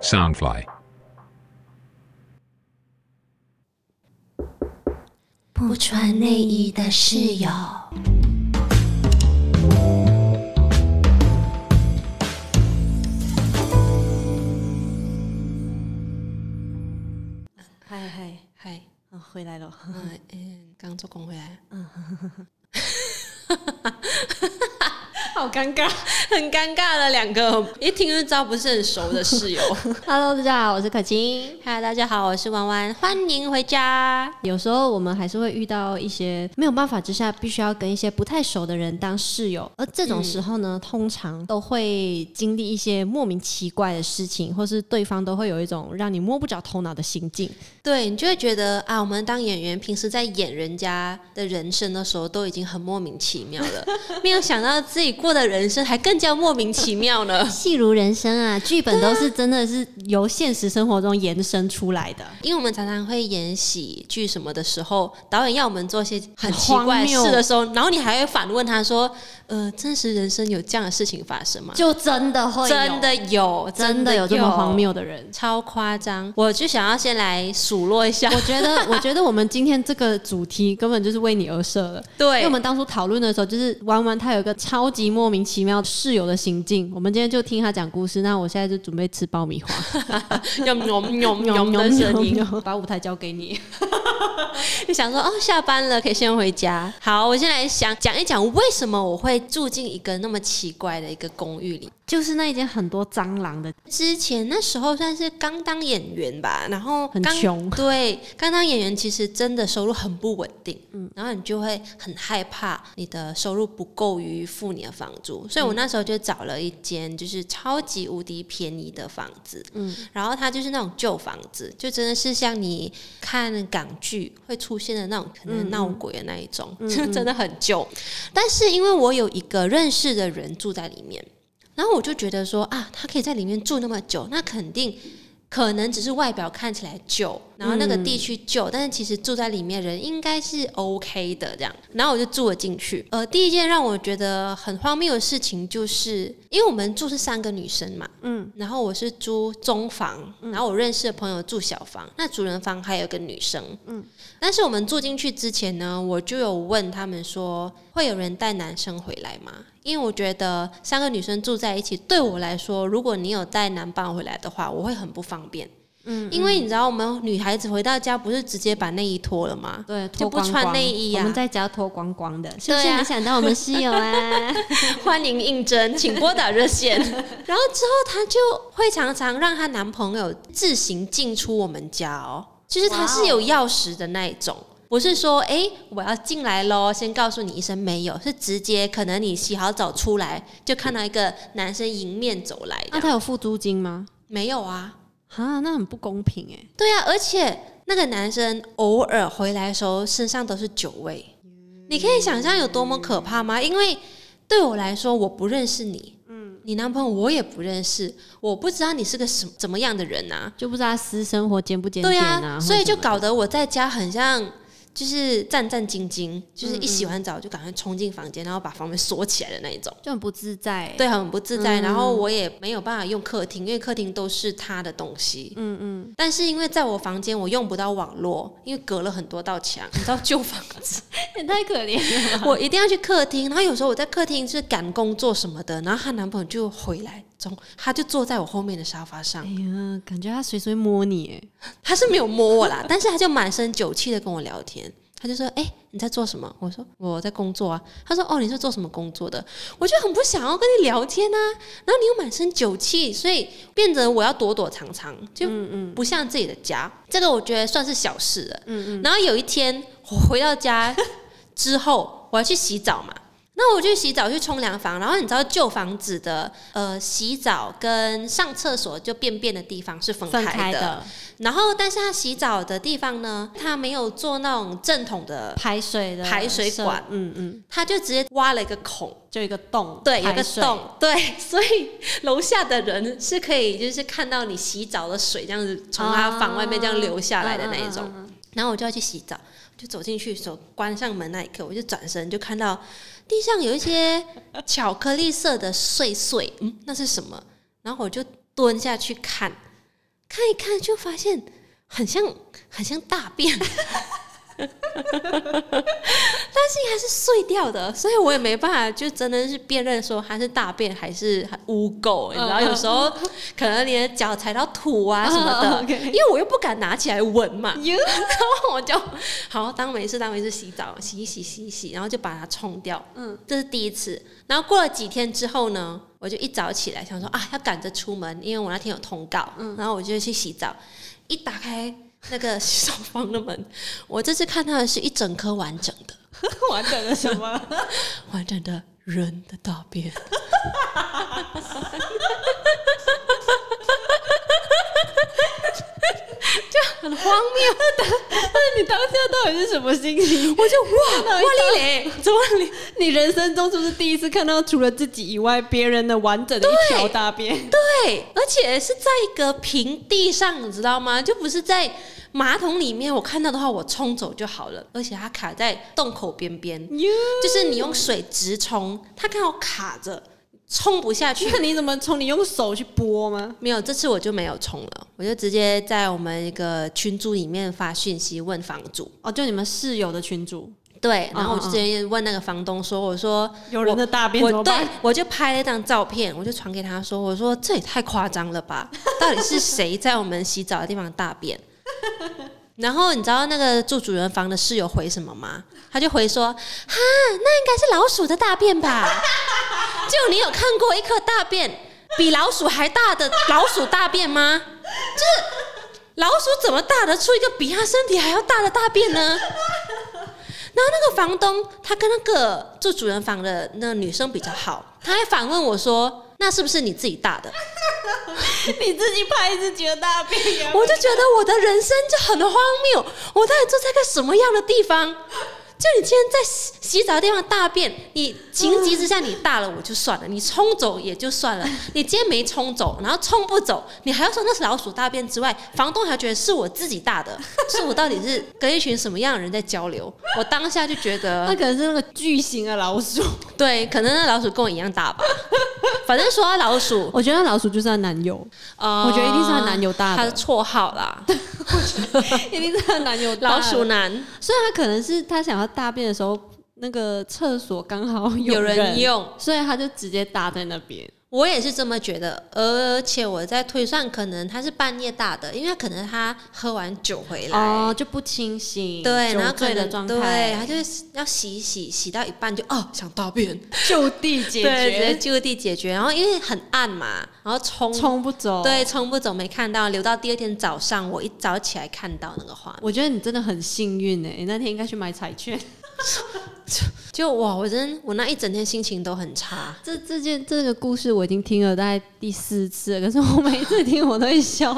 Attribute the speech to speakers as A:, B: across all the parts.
A: Soundfly.
B: 不穿内衣的室友。嗨嗨，
C: 嗨，
B: 啊，回来了。
C: 嗯嗯，刚做工回来，嗯， 好尴尬，很尴尬的两个，一听就知道不是很熟的室友。
D: Hello，大家好，我是可晴。
C: 嗨，大家好，我是弯弯， 欢迎回家。
D: 有时候我们还是会遇到一些没有办法之下，必须要跟一些不太熟的人当室友，而这种时候呢，通常都会经历一些莫名奇怪的事情，或是对方都会有一种让你摸不着头脑的行径。
C: 对你就会觉得啊，我们当演员，平时在演人家的人生的时候，都已经很莫名其妙 了，没有想到自己过的人生还更加莫名其妙呢。
D: 戏如人生啊，剧本都是真的是由现实生活中延伸出来的。
C: 因为我们常常会演喜剧什么的时候，导演要我们做一些很
D: 很
C: 奇怪
D: 荒
C: 的
D: 谬
C: 事的时候，然后你还会反问他说：“呃，真实人生有这样的事情发生吗？”
D: 就真的会有
C: 真的有，
D: 真的有这么荒，谬的人。
C: 超夸张！我就想要先来数落一下，
D: 我觉得，我觉得我们今天这个主题根本就是为你而设了。因
C: 对
D: 为我们当初讨论的时候，就是弯弯他有一个超级莫名其妙室友的行径。我们今天就听他讲故事，那我现在就准备吃爆 米花，
C: 有有有有的声 音，
D: 把舞台交给你。
C: 就想说哦，下班了可以先回家。好，我先来想讲一讲为什么我会住进一个那么奇怪的一个公寓里。
D: 就是那一间很多蟑螂的，
C: 之前那时候算是刚当演员吧，然后
D: 很
C: 刚
D: 穷
C: 对，刚当演员其实真的收入很不稳定，嗯，然后你就会很害怕你的收入不够于付你的房租，所以我那时候就找了一间就是超级无敌便宜的房子，嗯，然后它就是那种旧房子，就真的是像你看港剧会出现的那种可
D: 嗯
C: 能闹鬼的那一种，就 真的很旧。但是因为我有一个认识的人住在里面。然后我就觉得说啊，他可以在里面住那么久，那肯定可能只是外表看起来旧，然后那个地区旧，但是其实住在里面人应该是 OK 的这样。然后我就住了进去。呃，第一件让我觉得很荒谬的事情，就是因为我们住是三个女生嘛，嗯，然后我是租中房，然后我认识的朋友住小房，那主人房还有一个女生，嗯。但是我们住进去之前呢，我就有问他们说，会有人带男生回来吗？因为我觉得三个女生住在一起，对我来说，如果你有带男伴回来的话，我会很不方便。嗯，因为你知道，我们女孩子回到家不是直接把内衣脱了吗？
D: 对，
C: 就
D: 脱
C: 不
D: 光光
C: 穿内衣啊
D: 我们在家脱光光的，是不
C: 对
D: 是
C: 啊
D: 很想当我们室 友啊？
C: 欢迎应征，请拨打热线。 然后之后，她就会常常让她男朋友自行进出我们家哦，就是她是有钥匙的那一种。不是说，哎、我要进来喽，先告诉你一声没有，是直接可能你洗好澡出来，就看到一个男生迎面走来这
D: 那
C: 样，
D: 他有付租金吗？
C: 没有啊，
D: 啊，那很不公平哎、
C: 对啊，而且那个男生偶尔回来的时候，身上都是酒味，你可以想象有多么可怕吗？因为对我来说，我不认识你，嗯，你男朋友我也不认识，我不知道你是个什怎么样的人啊，
D: 就不知道他私生活检不检
C: 对
D: 点
C: 啊，
D: 或
C: 所以
D: 什
C: 就
D: 么
C: 搞得我在家很像。就是战战兢兢，就是
D: 嗯
C: 一洗完澡就赶快冲进房间，然后把房门锁起来的那一种。
D: 就很不自在、欸。
C: 对，很不自在。然后我也没有办法用客厅，因为客厅都是他的东西。嗯 嗯。但是因为在我房间，我用不到网络，因为隔了很多道墙，你知道旧房子，
D: 也太可怜了吧。
C: 我一定要去客厅。然后有时候我在客厅就是赶工作什么的，然后她男朋友就回来，从他就坐在我后面的沙发上
D: 哎，呀，感觉他随时会摸你欸，
C: 他是没有摸我啦， 但是他就满身酒气的跟我聊天。他就说：“哎、你在做什么？”我说：“我在工作啊。”他说：“哦，你是做什么工作的？”我就很不想要跟你聊天啊。然后你又满身酒气，所以变得我要躲躲藏藏，就不像自己的家。这个我觉得算是小事了。然后有一天我回到家之后， 我要去洗澡嘛。那我去洗澡，去冲凉房，然后你知道旧房子的呃洗澡跟上厕所就便便的地方是分
D: 分
C: 开
D: 开
C: 的，
D: 的
C: 然后，但是他洗澡的地方呢，他没有做那种正统的，
D: 排水的
C: 排水
D: 设
C: 管
D: 嗯嗯，
C: 他就直接挖了一个孔，
D: 就一个洞，
C: 对，有
D: 排
C: 个
D: 水
C: 洞，， 对，所以楼下的人是可以就是看到你洗澡的水这样子从他房外面这样流下来的那一种。
D: 啊嗯嗯嗯嗯
C: 然后我就要去洗澡，就走进去，手关上门那一刻，我就转身就看到地上有一些巧克力色的碎碎，嗯，那是什么？然后我就蹲下去看，看一看就发现很像很像大便， 但是还是碎掉的，所以我也没办法就真的是辨认说它是大便还是污垢，你知
D: 嗯
C: 道，有时候可能连脚踩到土啊什么
D: 嗯嗯
C: 的，
D: ，OK
C: 因为我又不敢拿起来闻嘛，
D: 哟
C: 然后 我就好当没事当没事洗澡，洗一洗洗一洗，然后就把它冲掉。嗯，这是第一次。然后过了几天之后呢，我就一早起来想说啊，要赶着出门，因为我那天有通告。嗯，然后我就去洗澡，一打开那个洗手房的门，我这次看到的是一整颗完整的、
D: 完整的什 么？
C: 完整的人的大 便。就很荒谬，
D: 你当下到底是什么心情？
C: 我就哇，哇
D: 一
C: 丽嘞，怎么你
D: 你人生中是不是第一次看到除了自己以外别人的完整的一条大便？
C: 对，而且是在一个平地上，你知道吗？就不是在马桶里面，我看到的话我冲走就好了。而且它卡在洞口边边，
D: 哟，
C: 就是你用水直冲，它刚好卡着，冲不下去。
D: 那你怎么冲？你用手去拨吗？
C: 没有，这次我就没有冲了，我就直接在我们一个群组里面发讯息问房主。
D: 哦，就你们室友的群主，
C: 对，然后我
D: 嗯嗯
C: 就直接问那个房东说：“我说
D: 有人的大便怎
C: 我
D: 么
C: 对
D: 办？
C: 我就拍了一张照片，我就传给他说：“我说这也太夸张了 吧？到底是谁在我们洗澡的地方大便？” 然后你知道那个住主人房的室友回什么吗？他就回说：“哈，那应该是老鼠的大便吧？ 就你有看过一颗大便比老鼠还大的老鼠大便吗？就是老鼠怎么大得出一个比它身体还要大的大便呢？”然后那个房东他跟那个住主人房的那个女生比较好，他还反问我说：“那是不是你自己大的？”
D: 你自己拍自己的大便呀
C: 我就觉得我的人生就很荒谬，我到底住在个什么样的地方？就你今天在洗洗澡的地方大便，你情急之下你大了我就算了，你冲走也就算了，你今天没冲走，然后冲不走，你还要说那是老鼠大便之外，房东还觉得是我自己大的，是我到底是跟一群什么样的人在交流？我当下就觉得
D: 那可能是那个巨型的老鼠。
C: 对，可能那老鼠跟我一样 大吧。反正说到老鼠，
D: 我觉得老鼠就是她男友，
C: 呃
D: 我觉得一定是她男友大
C: 他
D: 的
C: 的，呃绰号啦，
D: 一定是她男友大的
C: 老鼠。男
D: 所以她可能是她想要大便的时候，那个厕所刚好
C: 有
D: 人
C: 人，用，
D: 所以她就直接搭在那边。
C: 我也是这么觉得。而且我在推算，可能他是半夜大的，因为可能他喝完酒回来。
D: 哦，就不清醒，
C: 对，
D: 酒
C: 然后可
D: 醉的
C: 能
D: 状
C: 对，
D: 态，
C: 他就是要洗一洗，洗到一半就哦想大便，
D: 就地 解
C: 对，直接，就地解决。然后因为很暗嘛，然后冲
D: 冲不走。，
C: 对冲不走没看到，留到第二天早上，我一早起来看到那个画面。
D: 我觉得你真的很幸运哎，你那天应该去买彩券。
C: 就哇，我真我那一整天心情都很差。
D: 这这件这个故事我已经听了大概第四次了，可是我每一次听我都会笑，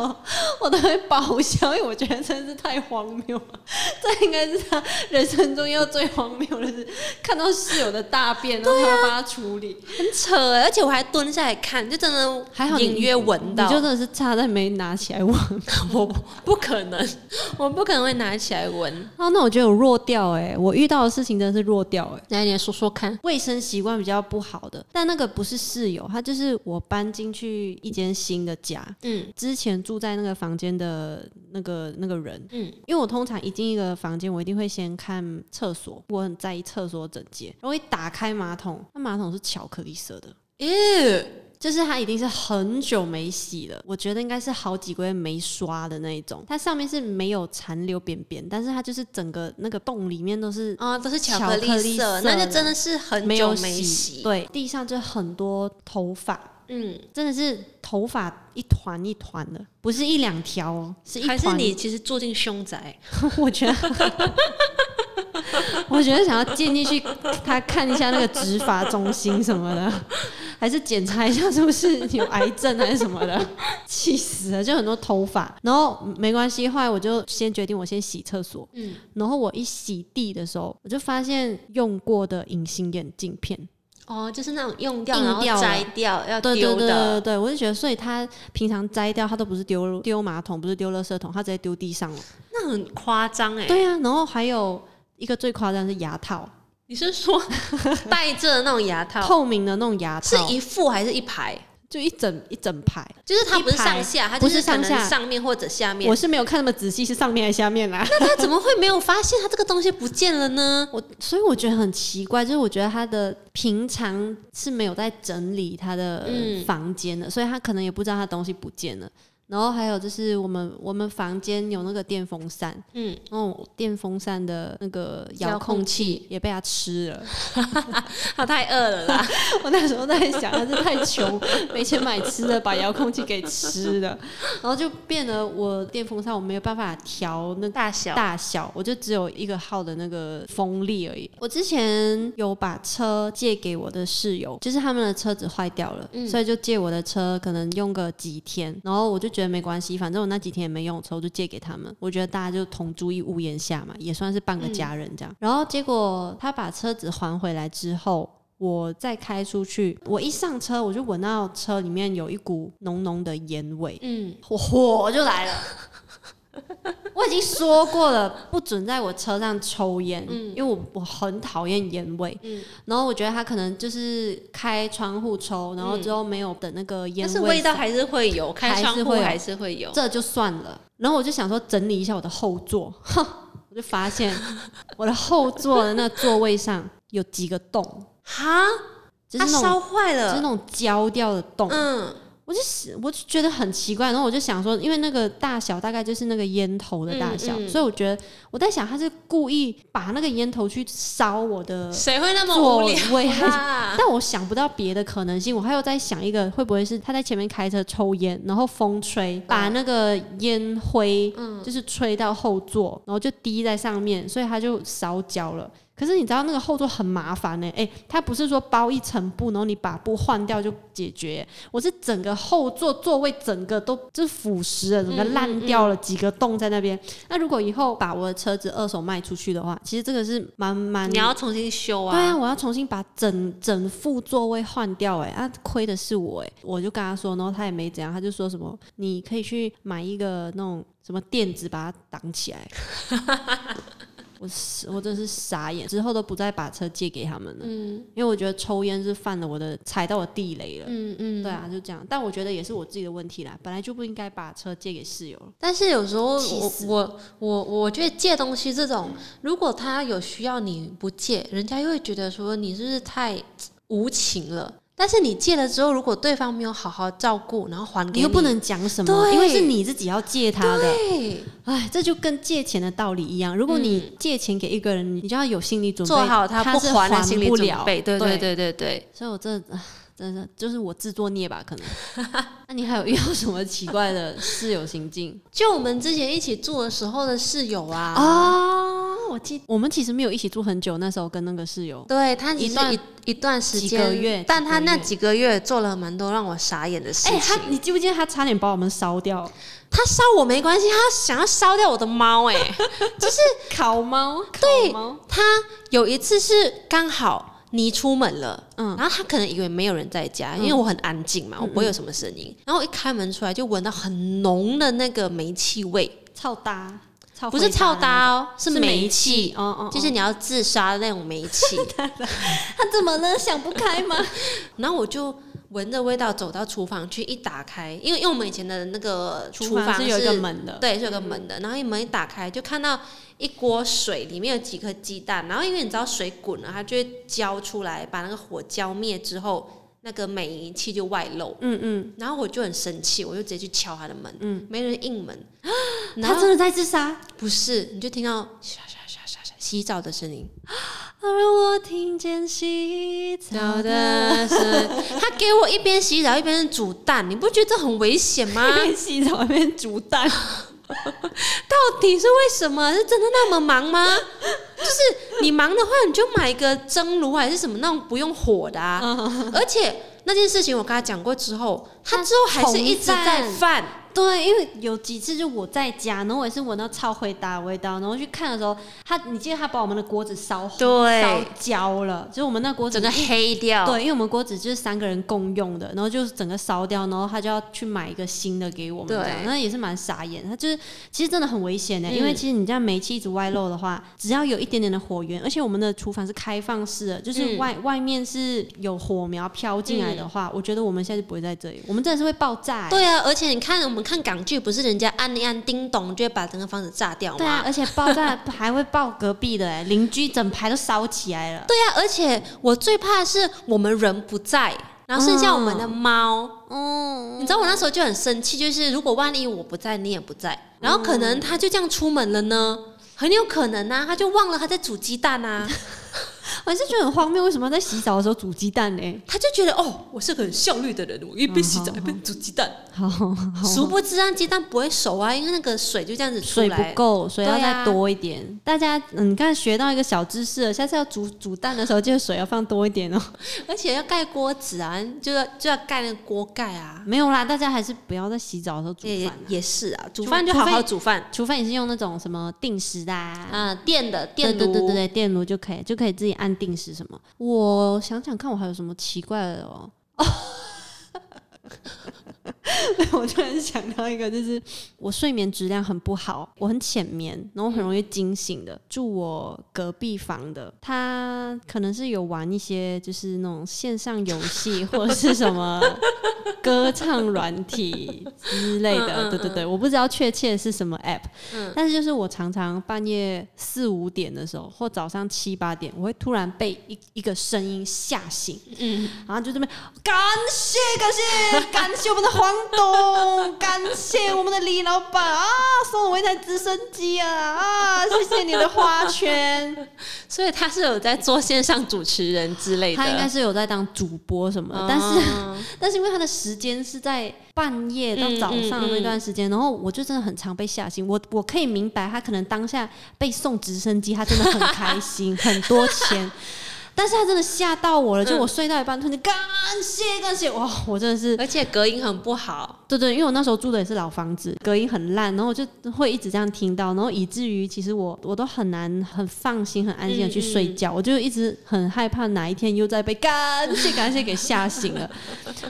D: 我都会爆笑，因为我觉得真是太荒谬了。这应该是他人生中要最荒谬的是看到室友的大便，然后他要帮他处理，
C: 很扯欸，而且我还蹲下来看，就真的
D: 还好你
C: 隐约闻到，
D: 你就真的是差在没拿起来闻。
C: 我不可能，我不可能会拿起来闻。
D: 哦，那我觉得我弱掉哎、我遇到的事情真的是弱掉哎、
C: 来，你说说看，
D: 卫生习惯比较不好的，但那个不是室友，他就是我搬进去一间新的家，
C: 嗯
D: 之前住在那个房间的那个那个人，
C: 嗯，
D: 因为我通常一进一个房间，我一定会先看厕所，我很在意厕所整洁。然后我一打开马桶，那马桶是巧克力色的，
C: 耶，
D: 就是它一定是很久没洗了，我觉得应该是好几个月没刷的那一种。它上面是没有残留便便，但是它就是整个那个洞里面都是
C: 啊，都是巧
D: 巧
C: 克
D: 克
C: 力
D: 力
C: 色，
D: 色
C: 那
D: 的
C: 就真的是很
D: 没
C: 久
D: 有
C: 没洗。，
D: 对，地上就很多头发。
C: 嗯，
D: 真的是头发一团一团的，不是一两条哦，是一
C: 还
D: 团。
C: 是你其实住进凶宅，
D: 我觉得，我觉得想要进进去，他看一下那个植发中心什么的，还是检查一下是不是有癌症还是什么的，气死了！就很多头发，然后没关系，后来我就先决定我先洗厕所，
C: 嗯，
D: 然后我一洗地的时候，我就发现用过的隐形眼镜片，
C: 哦，就是那种用掉
D: 硬
C: 然后
D: 掉了
C: 摘掉要
D: 对对
C: 啊丢
D: 对对
C: 的，
D: 对，我就觉得，所以他平常摘掉，他都不是丢丢马桶，不是丢垃圾桶，他直接丢地上了。
C: 那很夸张哎。
D: 对啊，然后还有一个最夸张的是牙套。
C: 你是说戴着那种牙套，
D: 透明的那种牙
C: 是
D: 套，
C: 一副还是一排？
D: 就一整一整排。
C: 就是它
D: 一
C: 不是上
D: 排
C: 下，它
D: 不
C: 就是可
D: 上下
C: 能上面或者下面
D: 我。是没有看那么仔细是上面还是下面啊啦，
C: 那他怎么会没有发现他这个东西不见了呢？
D: 我所以我觉得很奇怪，就是我觉得他的平常是没有在整理他的
C: 嗯
D: 房间的，所以他可能也不知道他东西不见了。然后还有就是我们我们房间有那个电风扇，
C: 嗯，
D: 哦，电风扇的那个遥
C: 遥
D: 控
C: 控
D: 器也被他吃了。
C: 他太饿了啦。
D: 我那时候在想，他是太穷，没钱买吃的，把遥控器给吃了，然后就变得我电风扇我没有办法调那个
C: 大小
D: 大小，我就只有一个号的那个风力而已。我之前有把车借给我的室友，就是他们的车子坏掉了，所以就借我的车，可能用个几天，然后我就觉得没关系，反正我那几天也没用车，我就借给他们。我觉得大家就同住一屋檐下嘛，也算是半个家人这样。然后结果他把车子还回来之后。我再开出去，我一上车我就闻到车里面有一股浓浓的烟味，
C: 嗯，
D: 火火就来了。 我已经说过了，不准在我车上抽烟，因为我我很讨厌烟味。
C: 嗯
D: 然后我觉得他可能就是开窗户抽，然后之后没有等那个烟
C: 但是
D: 味
C: 味道还是会有，
D: 还
C: 开
D: 是
C: 窗户
D: 会有
C: 还是会有。
D: 这就算了。然后我就想说整理一下我的后座， 哼，我就发 现我的后座的那个座位上有几个洞，
C: 哈，
D: 就是
C: 它
D: 那种
C: 烧坏
D: 就是
C: 了。
D: 那种焦掉的洞。
C: 嗯
D: 我就是我就觉得很奇怪，然后我就想说，因为那个大小大概就是那个烟头的大小，
C: 嗯嗯
D: 所以我觉得我在想他是故意把那个烟头去烧我的
C: 谁会那么
D: 座
C: 无聊
D: 位，
C: 啦？
D: 但我想不到别的可能性，我还有在想一个会不会是他在前面开车抽烟，然后风吹把
C: 嗯
D: 那个烟灰就是吹到后座，然后就滴在上面，所以他就烧焦了。可是你知道那个后座很麻烦呢、诶，它不是说包一层布，然后你把布换掉就解决、我是整个后座座位整个都就是腐蚀了，整个烂掉了，几个洞在那边。那如果以后把我的车子二手卖出去的话，其实这个是蛮蛮
C: 你要重新修
D: 对
C: 啊
D: 啊，。我要重新把整整副座位换掉、欸，哎，啊，亏的是我、欸，哎，我就跟他说，然后他也没怎样，他就说什么，你可以去买一个那种什么垫子把它挡起来。 我是我真是傻眼，之后都不再把车借给他们了，
C: 嗯
D: 因为我觉得抽烟是犯了我的踩到我地雷了。
C: 嗯嗯，
D: 对。啊，就这样。但我觉得也是我自己的问题啦，本来就不应该把车借给室友了。
C: 但是有时候
D: 气
C: 我
D: 死
C: 我我我觉得借东西这种，如果他有需要你不借，人家又会觉得说你是不是太嘖无情了。但是你借了之后，如果对方没有好好照顾，然后还给
D: 你又不能讲什么，
C: 对
D: 因为是你自己要借他的。
C: 对
D: 哎，这就跟借钱的道理一样。如果你借钱给一个人，你就要有心理准备，
C: 做好
D: 嗯他
C: 不
D: 是
C: 还的心理
D: 不
C: 准
D: 了。
C: 备，对
D: 对
C: 对对对对。
D: 所以我这啊真的就是我自作孽吧，可能。 那你还有遇到什么奇怪的室友行 径
C: 就我们之前一起住的时候的室友啊，
D: 啊？我记，我们其实没有一起住很久，那时候跟那个室友，
C: 对他
D: 一
C: 一
D: 段
C: 段一一段时
D: 几
C: 间，
D: 个月
C: 但
D: 几
C: 他
D: 个
C: 那
D: 月
C: 几个月做了蛮多让我傻眼的事情。
D: 哎、他你记不记得他差点把我们烧掉？
C: 他烧我没关系，他想要烧掉我的猫、哎，
D: 烤猫，对，
C: 他有一次是刚好你出门了，
D: 嗯
C: 嗯，然后他可能以为没有人在家，因为我很安静嘛，我不会有什么声音。然后我一开门出来就闻到很浓的那个煤气味，
D: 超搭，超
C: 不是超搭哦，
D: 哦，
C: 是
D: 是
C: 煤
D: 煤
C: 气
D: 气，哦哦哦
C: 就是你要自杀的那种煤 气。
D: 他怎么了？想不开 吗？
C: 然后我就闻着味道走到厨房去，一打开，因为因为我们以前的那个厨房
D: 是有一个门的，
C: 对，是有个门的，然后一门一打开就看到一锅水，里面有几颗鸡蛋，然后因为你知道水滚了，它就会浇出来，把那个火浇灭之后，那个煤气就外漏。
D: 嗯嗯，
C: 然后我就很生气，我就直接去敲他的门，
D: 嗯
C: 没人应门。然
D: 他
C: 后
D: 真的在自杀。
C: 不是，你就听到刷刷刷刷刷洗澡的声音，
D: 而我听见洗澡
C: 好
D: 的
C: 的是，他给我一边洗澡一边煮蛋，你不觉得这很危险吗？
D: 边洗澡一边煮蛋，
C: 到底是为什么？是真的那么忙吗？ 就是你忙的话，你就买个蒸炉还是什么那种不用火的 嗯啊。而且那件事情我跟他讲过之后，他之后还是一直在
D: 重
C: 犯，
D: 对，因为有几次就我在家，然后我也是闻到超灰搭的味道，然后去看的时候，他你记得他把我们的锅子烧红
C: 对
D: 烧焦了，就是我们那锅子
C: 整个黑掉。
D: 对，因为我们锅子就是三个人共用的，然后就是整个烧掉，然后他就要去买一个新的给我们，
C: 对
D: 这样那也是蛮傻眼。他就是其实真的很危险的，
C: 嗯
D: 因为其实你这样煤气一直外漏的话，只要有一点点的火源，而且我们的厨房是开放式的，就是
C: 嗯
D: 外、外面是有火苗飘进来的话，我觉得我们现在是不会在这里，我们真的是会爆炸欸。
C: 对啊，而且你看，我们看港剧，不是人家按一按叮咚就会把整个房子炸掉吗？
D: 对啊，而且爆炸还会爆隔壁的哎，邻居整排都烧起来了。
C: 对啊，而且我最怕的是我们人不在，然后剩下我们的猫。
D: 嗯，
C: 你知道我那时候就很生气，就是如果万一我不在，你也不在，然后可
D: 嗯
C: 能他就这样出门了呢，很有可能啊，他就忘了他在煮鸡蛋 啊，
D: 我是觉得很荒谬，为什么要在洗澡的时候煮鸡蛋呢？
C: 他就觉得哦，我是个很效率的人，我一边洗澡一边煮鸡蛋，
D: 嗯好，好
C: 殊不知啊，鸡蛋不会熟啊，因为那个水就这样子出
D: 水
C: 来，
D: 不够，水要
C: 对啊
D: 再多一点。大家，嗯，你刚才学到一个小知识了，下次要煮煮蛋的时候，记得水要放多一点哦。
C: 而且要盖锅子啊，就要就要盖那个锅盖啊，
D: 没有啦，大家还是不要在洗澡的时候煮
C: 也
D: 饭啊，
C: 也是啊，煮
D: 除
C: 饭就好
D: 除
C: 好
D: 非
C: 煮饭
D: 除非你是用那种什么定时的啊。
C: 啊，电的
D: 对
C: 电
D: 对
C: 炉，
D: 对对对，电炉就可以，就可以自己按定时什么。我想想看，我还有什么奇怪的哦。 我突然想到一个，就是我睡眠质量很不好，我很浅眠，然后很容易惊醒的。住我隔壁房的，他可能是有玩一些就是那种线上游戏或者是什 么歌唱软体之类
C: 嗯嗯嗯
D: 的。对对对，我不知道确切是什么 app，、但是就是我常常半夜四五点的时候，或早上七八点，我会突然被一一个声音吓醒，
C: 嗯，
D: 然后就这边感谢感谢感谢我们的黄董，感谢我们的李老板啊，送我一台直升机啊啊，谢谢你的花圈。
C: 所以他是有在做线上主持人之类的，
D: 他应该是有在当主播什么的，但是 但是因为他的时间是在半夜到早上那段时间，然后我就真的很常被吓醒。我我可以明白他可能当下被送直升机，他真的很开心，很多钱。但是他真的吓到我了，就我睡到一半，突然间感谢感谢，哇！我真的是
C: 而且隔音很不好，
D: 对对，因为我那时候住的也是老房子，隔音很烂，然后我就会一直这样听到，然后以至于其实我我都很难很放心、很安心的去睡
C: 嗯
D: 觉，我就一直很害怕哪一天又再被感谢感 谢给吓醒了。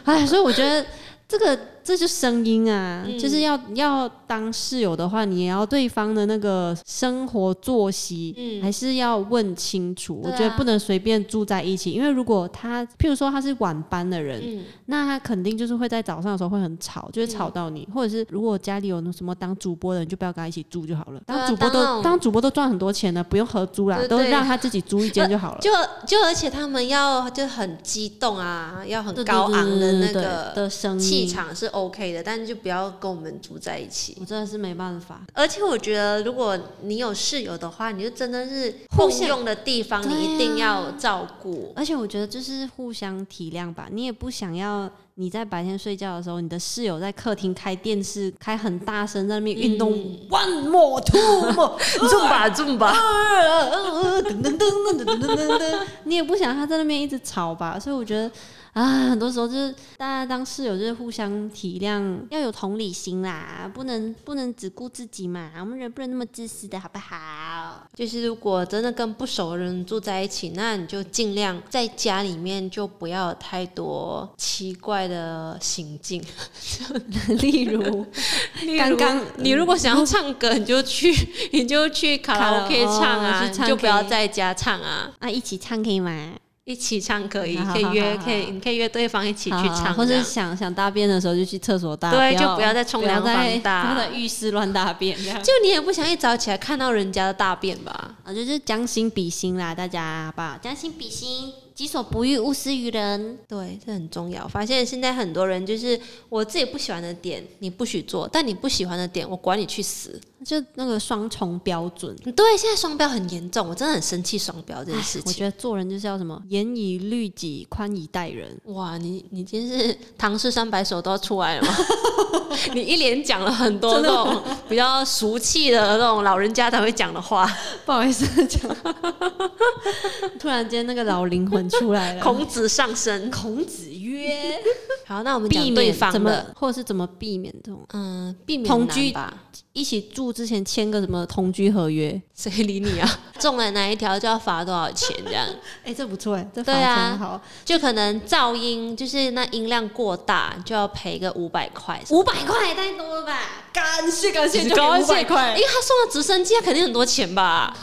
D: 哎，所以我觉得这个这就是声音啊，
C: 嗯
D: 就是要要当室友的话，你也要对方的那个生活作息，还是要问清楚。我
C: 嗯对啊
D: 觉得不能随便住在一起，因为如果他，譬如说他是晚班的人，
C: 嗯
D: 那他肯定就是会在早上的时候会很吵，就会吵到你，或者是如果家里有什么当主播的，你就不要跟他一起住就好了。
C: 对啊
D: 当主播
C: 当
D: 都、
C: 那种
D: 当主播都赚很多钱了，不用合租啦，
C: 对
D: 都
C: 对
D: 让他自己租一间就好了。
C: 就就而且他们要就很激动啊，要很
D: 对对
C: 高昂的那
D: 对对对嗯
C: 个
D: 的声音
C: 气，场是 OK 的，但就不要跟我们住在一起。
D: 我真的是没办法。
C: 而且我觉得，如果你有室友的话，你就真的是
D: 互
C: 共
D: 相
C: 用的地方，
D: 对啊
C: 你一定要照顾。
D: 而且我觉得就是互相体谅吧，你也不想要你在白天睡觉的时候，你的室友在客厅开电视，开很大声，在那边运动、
C: 嗯
D: one more two more
C: 重吧，重吧。
D: 呃噔噔噔噔噔噔噔噔，你也不想他在那边一直吵吧，所以我觉得啊，很多时候就是大家当室友就是互相体谅，要有同理心啦，不能不能只顾自己嘛，我们人不能那么自私的好不好？
C: 就是如果真的跟不熟的人住在一起，那你就尽量在家里面就不要有太多奇怪的行径。
D: 例如刚刚
C: 你如果想要唱歌，你就去， 你就去卡拉 OK
D: 卡拉
C: 唱啊，
D: 哦去唱
C: 你就不要
D: K
C: 在家唱啊，
D: 啊，一起唱可以吗？
C: 一起唱可以，
D: 好好
C: 可以约，
D: 好好
C: 可以，你可以约对方一起去
D: 好好
C: 唱，
D: 或
C: 这
D: 者
C: 样
D: 想想大便的时候就去厕所大，
C: 对
D: 要
C: 就不要在冲凉
D: 不要在
C: 房大
D: 不要在浴室乱大便这样。
C: 就你也不想一早起来看到人家的大便吧？
D: 啊，就是将心比心啦，大家好不好？将心比心，己所不欲，勿施于人。
C: 对，这很重要。发现现在很多人就是我自己不喜欢的点，你不许做；但你不喜欢的点，我管你去死。嗯
D: 就那个双重标准。
C: 对，现在双标很严重，我真的很生气双标这件事
D: 我
C: 情。
D: 觉得做人就是要什么严以律己，宽以待人。
C: 哇，你你今天是唐诗三百首都要出来了吗？ 你一连讲了很多那种比较俗气的那种老人家才会讲的话，
D: 不好意思，讲突然间那个老灵魂出来了。
C: 孔子上身。
D: 啊孔子曰：“约，
C: 好，那我们
D: 避
C: 讲对
D: 免
C: 方
D: 怎么
C: 的，，
D: 或者是怎么避免这种
C: 嗯，避免
D: 同
C: 难
D: 居
C: 吧。
D: 一起住之前签个什么同居合约？
C: 谁理你啊？ 中了哪一条就要罚多少钱，这样
D: 哎、这不错哎，这
C: 对
D: 法
C: 啊
D: 真好，
C: 就可能噪音就是那音量过大，就要赔个五百块。
D: 五百块太多了吧？感谢感谢，就
C: 高
D: 五百块
C: 因。为他送了直升机，他啊肯定很多钱吧？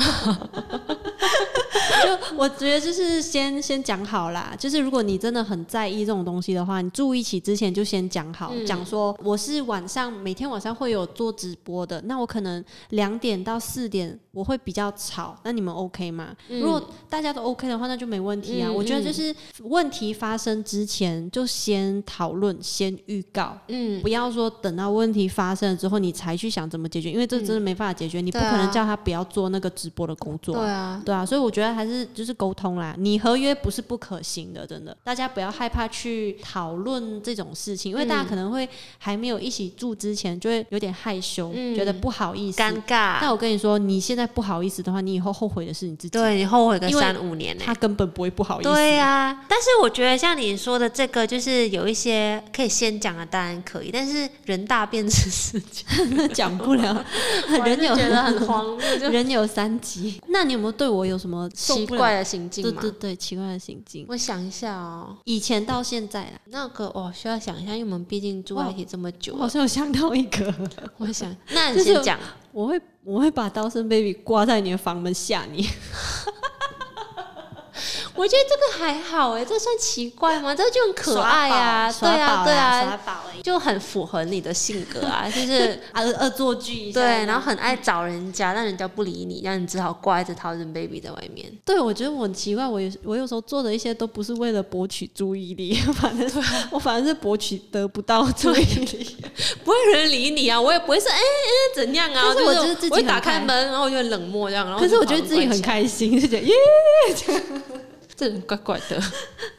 D: 就我觉得就是先先讲好啦，就是如果你真的很在意这种东西的话，你住一起之前就先讲好，
C: 嗯
D: 讲、说我是晚上每天晚上会有做直播的，那我可能两点到四点我会比较吵，那你们 OK 吗？
C: 嗯
D: 如果大家都 OK 的话，那就没问题啊。
C: 嗯
D: 我觉得就是问题发生之前就先讨论，先预告。
C: 嗯，
D: 不要说等到问题发生了之后你才去想怎么解决，因为这真的没办法解决，你不
C: 嗯对啊
D: 可能叫他不要做那个直播的工作啊、
C: 啊，
D: 对啊，所以我觉得还是就是沟通啦。你合约不是不可行的，真的，大家不要害怕去讨论这种事情，因为大家
C: 嗯
D: 可能会还没有一起住之前，就会有点害羞，
C: 嗯
D: 觉得不好意思。
C: 尴尬。
D: 但我跟你说，你现在不好意思的话，你以后后悔的是你自己。
C: 对你后悔个
D: 因为
C: 三五年呢、
D: 他根本不会不好意思。
C: 对啊，但是我觉得像你说的这个，就是有一些可以先讲的，当然可以，但是人大便是事情，
D: 讲不 了，人有
C: 我还是觉得很荒谬， 就
D: 人有三级。那你有没有对我有什么受
C: 奇
D: 不了
C: 怪的行径
D: 对
C: 嘛
D: 对。对，奇怪的行径，
C: 我想一下哦，
D: 以前到现在啦，
C: 那个我需要想一下，因为我们毕竟住在一起这么久
D: 我
C: 了
D: 好像有想到一个。
C: 我想， 那你
D: 就是
C: 先讲，
D: 我会我会把刀身 baby 挂在你的房门吓 你，
C: 我觉得这个还好哎，这算奇怪吗？这就很可爱啊，对
D: 耍宝
C: 啊，
D: 啦
C: 对
D: 耍
C: 啊，
D: 宝而已，
C: 就很符合你的性格 啊，就是
D: 恶恶作剧一下。
C: 对，然后很爱找人家，但人家不理你，让你只好挂在 Thousand Baby 在外面。
D: 对我觉得我很奇怪，我有我有时候做的一些都不是为了博取注意力， 反正我反正是博取得不到注意 力。
C: 不会有人理你啊，我也不会说哎哎怎样啊，
D: 可是我
C: 就
D: 觉得自己
C: 我会
D: 很
C: 打开
D: 开
C: 门，然后我就很冷漠这样，然后
D: 可是
C: 就
D: 我
C: 把
D: 觉得
C: 门
D: 自己
C: 关
D: 很
C: 起来，
D: 开心，就觉得耶，
C: 这人怪怪的。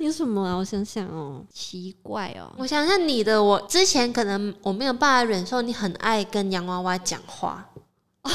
D: 有什么啊？我想想哦，奇怪哦，
C: 我想想你的，我之前可能我没有办法忍受你很爱跟洋娃娃讲话， 就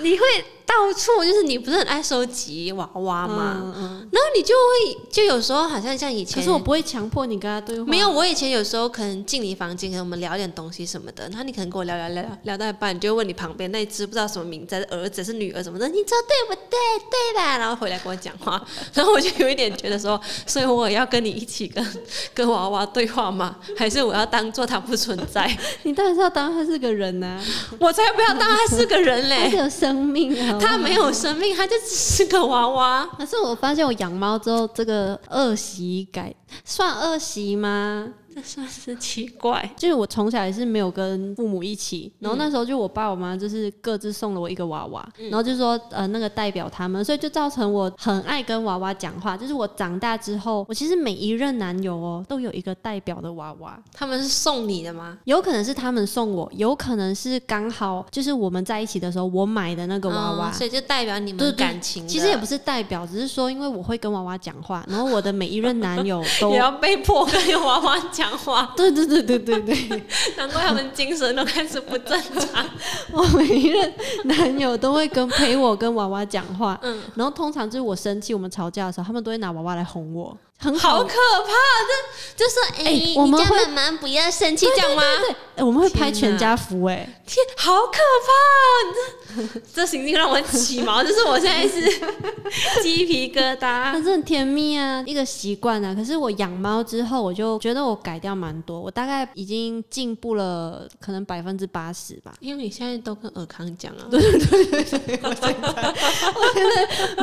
C: 你会到处就是你不是很爱收集娃娃吗？
D: 嗯嗯。
C: 然后你就会就有时候好像像以前，
D: 可是我不会强迫你跟他对话，
C: 没有，我以前有时候可能进你房间，可能我们聊点东西什么的，然后你可能跟我聊聊聊聊聊到一半，你就会问你旁边那一只不知道什么名字，儿子是女儿什么的，你知道对不对？对吧？然后回来跟我讲话， 然后我就有一点觉得说，所以我也要跟你一起跟 跟娃娃对话吗？还是我要当做他不存在？
D: 你当然是要当他是个人呐、
C: 我才不要当他是个人
D: 他是
C: 嘞！
D: 有生命啊，
C: 他没有生命，他就只是个娃娃。
D: 可是我发现我养猫之后，这个恶习改算恶习吗？
C: 这算是奇怪，
D: 就是我从小也是没有跟父母一起，然后那时候就我爸我妈就是各自送了我一个娃娃，
C: 嗯
D: 然后就说呃那个代表他们，所以就造成我很爱跟娃娃讲话。就是我长大之后，我其实每一任男友哦都有一个代表的娃娃，
C: 他们是送你的吗？
D: 有可能是他们送我，有可能是刚好就是我们在一起的时候我买的那个娃娃，
C: 哦所以就代表你
D: 对
C: 们
D: 对
C: 感情的。
D: 其实也不是代表，只是说因为我会跟娃娃讲话，然后我的每一任男友 都
C: 也。要被迫跟娃娃讲话，
D: 对对对对对对，
C: 难怪他们精神都开始不正常。
D: 我每一任男友都会跟陪我跟娃娃讲话，
C: 嗯
D: 然后通常就是我生气，我们吵架的时候，他们都会拿娃娃来哄我，很
C: 好
D: 好
C: 可怕！这就说，哎、
D: 哎
C: 你
D: 我们
C: 叫
D: 会
C: 妈妈不要生气，这样吗？
D: 哎我们会拍
C: 天
D: 全
C: 哪
D: 家福、哎，
C: 天，好可怕！你这这行径让我起毛，就是我现在 是鸡皮疙瘩。
D: 但是很甜蜜啊，一个习惯啊。可是我养猫之后，我就觉得我改掉蛮多，我大概已经进步了，可能百分之八十 吧。
C: 因为你现在都跟尔康讲啊，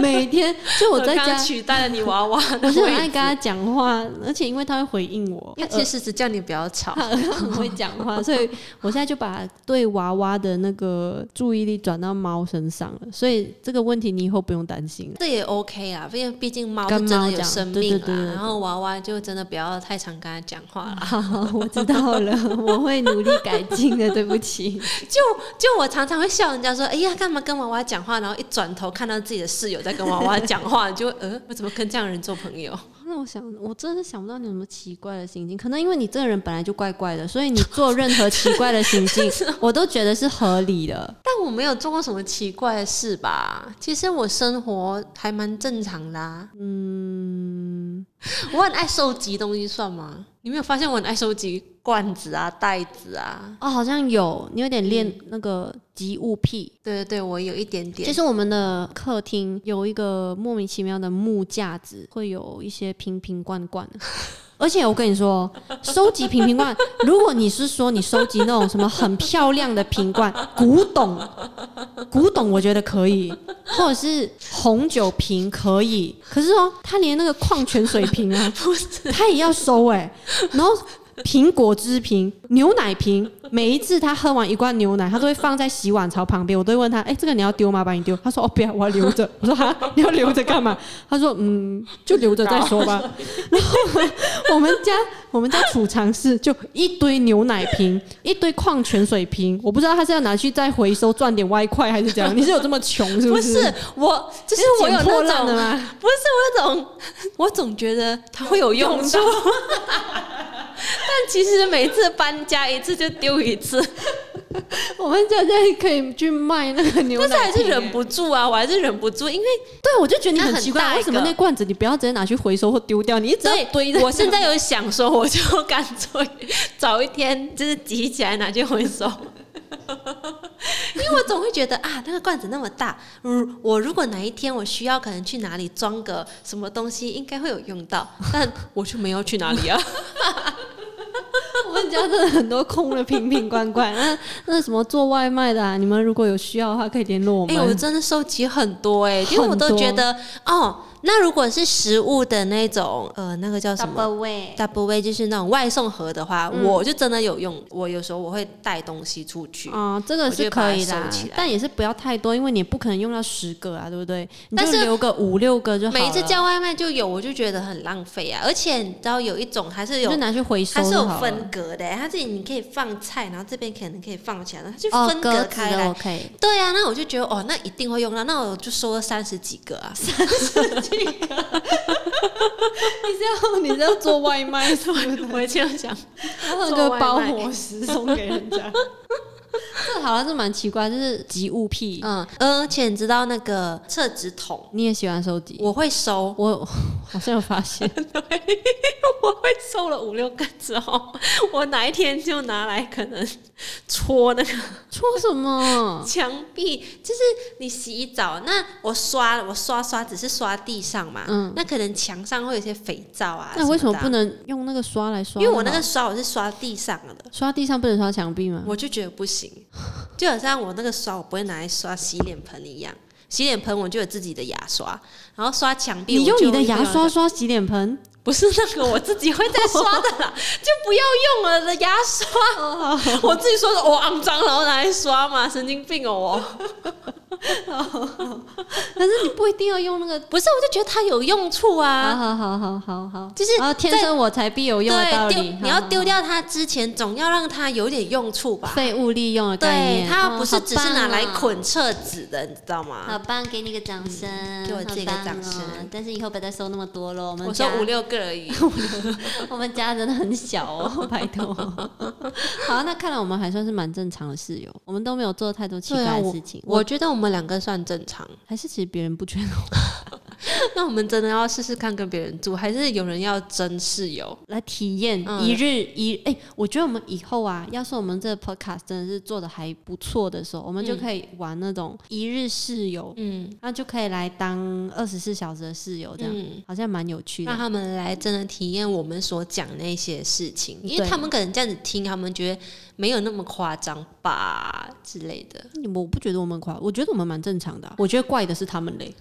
D: 每天就我在
C: 尔康
D: 家，
C: 取代了你娃娃的
D: 我是很
C: 位
D: 爱
C: 置
D: 跟他讲话，而且因为他会回应我，
C: 他
D: 呃
C: 其实只叫你不要吵。
D: 他 很会讲话，所以我现在就把对娃娃的那个注意力转到猫身上了，所以这个问题你以后不用担心了。
C: 这也 OK 啊，因为毕竟猫是
D: 跟
C: 真
D: 猫
C: 的有
D: 讲
C: 生
D: 对
C: 命
D: 对对
C: 啦，
D: 对
C: 然后娃娃就真的不要太常跟他讲话啦。
D: 好，我知道 了，我会努力改进的。对不起，
C: 就就我常常会笑人家说：“哎呀，干嘛跟娃娃讲话？”然后一转头看到自己的室友在跟娃娃讲话，你就会呃，我怎么跟这样的人做朋友？
D: 让我想，我真的想不到你有什么奇怪的行径。可能因为你这个人本来就怪怪的，所以你做任何奇怪的行径，我都觉 得是啊合理的。
C: 但我没有做过什么奇怪的事吧？其实我生活还蛮正常的、啊。嗯，我很爱收集东西，算吗？你没有发现我很爱收集罐子啊、袋子啊？
D: 哦，好像有，你有点练那个及物癖。
C: 对对对，我有一点点。
D: 就是我们的客厅有一个莫名其妙的木架子，会有一些瓶瓶罐罐。 而且我跟你说，收集瓶瓶罐，如果你是说你收集那种什么很漂亮的瓶罐、古董、古董，我觉得可以，或者是红酒瓶可以。可是哦，他连那个矿泉水瓶啊，他也要收哎、然后。苹果汁瓶、牛奶瓶，每一次他喝完一罐牛奶，他都会放在洗碗槽旁边。我都会问他：“哎、这个你要丢吗？把你丢。”他说：“哦，不要，我要留着。” 我说：“哈，你要留着干嘛？”他说：“嗯，就留着再说吧。”我们家我们家储藏室就一堆牛奶瓶，一堆矿泉水瓶，我不知道他是要拿去再回收赚点外快，还是怎样？你是有这么穷是
C: 不
D: 是？
C: 是我，就是
D: 你
C: 我有
D: 捡破
C: 那
D: 烂
C: 种
D: 的吗？
C: 不是我有种，我总觉得它会有用处， 但其实每次搬家一次就丢一次，
D: 我们家现在可以去卖那个牛奶
C: 但是
D: 瓶，
C: 还是忍不住啊，我还是忍不住，因为
D: 对，我就觉得你
C: 那
D: 很
C: 很
D: 奇怪，
C: 大一
D: 为什么
C: 个
D: 那罐子你不要直接拿去回收或丢掉，你一直要 堆在
C: 对，我现在有想说，我就干脆早一天就是集起来拿去回收。因为我总会觉得啊，那个罐子那么大，如我如果哪一天我需要，可能去哪里装个什么东西，应该会有用到，但我就没有去哪里啊。
D: 我们家真的很多空的瓶瓶罐罐。那那什么做外卖的、啊，你们如果有需要的话，可以联络 我
C: 哎、
D: 们。
C: 我真的收集很多哎、因为我
D: 很
C: 都
D: 多
C: 觉得哦，那如果是食物的那种呃，那个叫什么
D: Double way
C: double way，就是那种外送盒的话，
D: 嗯
C: 我就真的有用。我有时候我会带东西出去，
D: 啊、这个
C: 我
D: 是
C: 就把
D: 可
C: 它
D: 以
C: 收
D: 啦
C: 起来，
D: 但也是不要太多，因为你也不可能用到十个啊，对不对？你就
C: 但是
D: 留个五六个就好了。
C: 每一次叫外卖就有，我就觉得很浪费啊。而且你知道有一种还是有
D: 就。拿去回收
C: 它是
D: 就
C: 有
D: 好了
C: 分隔的、它这里你可以放菜，然后这边可能可以放起来，然后它就
D: 哦，
C: 分
D: 格
C: 隔
D: 子
C: 开
D: 的
C: 来。
D: OK，
C: 对啊，那我就觉得哦，那一定会用到，那我就收了三十几个 啊。
D: 你是要你是要做外卖是不是？
C: 我这样想，
D: 然后就包伙食送给 人家。这好像是蛮奇怪，就是集物癖，
C: 嗯，而且你知道那个厕纸筒，
D: 你也喜欢收集。
C: 我会 收，
D: 我好像有 发现，
C: 我会收了五六个之后， 我哪一天就拿来可能戳那个
D: 说什么？
C: 墙壁，就是你洗澡，那我刷我刷刷只是刷地上嘛，
D: 嗯
C: 那可能墙上会有一些肥皂啊，
D: 那为什么
C: 么
D: 不
C: 的啊？
D: 能用那个刷来刷
C: 因
D: 就好？
C: 为我那个刷我是刷地上的，
D: 刷地上不能刷墙壁吗？
C: 我就觉得不行，就好像我那个刷我不会拿来刷洗脸盆一样。洗脸盆我就有自己的牙刷，然后刷墙壁
D: 你
C: 我就
D: 用
C: 有
D: 你的
C: 一个
D: 牙刷刷洗脸盆？
C: 不是那个我自己会再刷的啦，就不要用我的牙刷。
D: 哦
C: 我自己说我肮脏，然后拿来刷嘛，神经病哦我。
D: 可是你不一定要用那个。
C: 不是，我就觉得它有用处
D: 好
C: 啊。
D: 好好好好好，
C: 就是
D: 啊，天生我材必有用的道
C: 对，
D: 理。
C: 丢你要
D: 好
C: 丢掉它之前，总要让它有点用处吧。
D: 废物利用的概
C: 对
D: 念，，
C: 它
D: 哦
C: 不是只是拿来。
D: 好棒哦
C: 捆厕纸的，你知道吗？
D: 棒，给你个掌声，
C: 给我自己个
D: 好棒哦
C: 掌声
D: 但是以后不要再收那么多了，我
C: 我说
D: 家
C: 五六个而已。
D: 我们家真的很小 哦，拜托。好，那看来我们还算是蛮正常的室友，我们都没有做太多奇
C: 对啊
D: 怪的
C: 我
D: 事情。
C: 我觉得我们两个算正常。
D: 还是其实别人不觉得。
C: 那我们真的要试试看跟别人住，还是有人要争室友？
D: 来体验
C: 嗯
D: 一日一哎、我觉得我们以后啊，要是我们这个 podcast 真的是做的还不错的时候，我们就
C: 嗯
D: 可以玩那种一日室友，
C: 嗯
D: 那就可以来当二十四小时的室友，这样、
C: 嗯。
D: 好像蛮有趣
C: 让
D: 的。
C: 他们来真的体验我们所讲那些事情，因为
D: 对
C: 他们可能这样子听，他们觉得没有那么夸张吧之类的。
D: 我不觉得我们怪，我觉得我们蛮正常的啊、我觉得怪的是他们 嘞，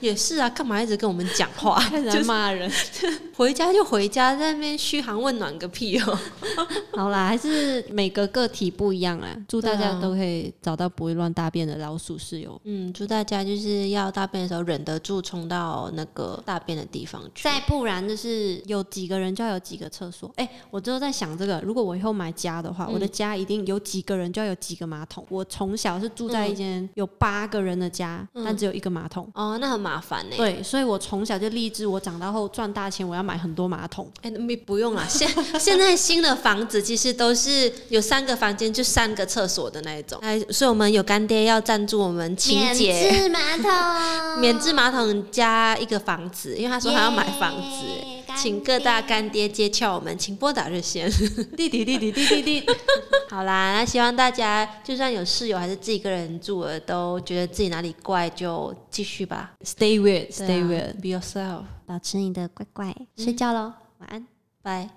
C: 也是啊，干嘛一直跟我们讲话？
D: 开始
C: 就
D: 在
C: 是
D: 骂人。
C: 回家就回家，在那边嘘寒问暖个屁哦、
D: 好啦，还是每个个体不一样啊，祝大
C: 对
D: 家
C: 啊
D: 都可以找到不会乱大便的老鼠室友。
C: 嗯，祝大家就是要大便的时候忍得住，冲到那个大便的地方去。
D: 再不然就是有几个人就要有几个厕所。哎、我之后在想这个，如果我以后买家的话，我的家一定有几个人就要有几个马桶。我从小是住在一间有八个人的家，但只有一个马桶。
C: 哦，那很麻烦呢、
D: 对，所以我从小就立志，我长大后赚大钱，我要买很多马桶。
C: 哎、你不用啦，现 现在新的房子其实都是有三个房间就三个厕所的那一种。哎，所以我们有干爹要赞助我们清
A: 免
C: 洁
A: 治马
D: 哦
A: 桶，
C: 免治马桶加一个房子，因为他说他要买房子。
A: 耶
C: 请各大
A: 干
C: 干爹接洽我们，请拨打热线。
D: 弟弟弟弟弟弟弟，
C: 好啦，那希望大家就算有室友还是自己一个人住了，都觉得自己哪里怪就继续吧。
D: Stay weird, stay
C: 对
D: weird
C: 啊。be yourself，
A: 爹，保持你的乖乖，睡觉喽，晚安。
C: 拜。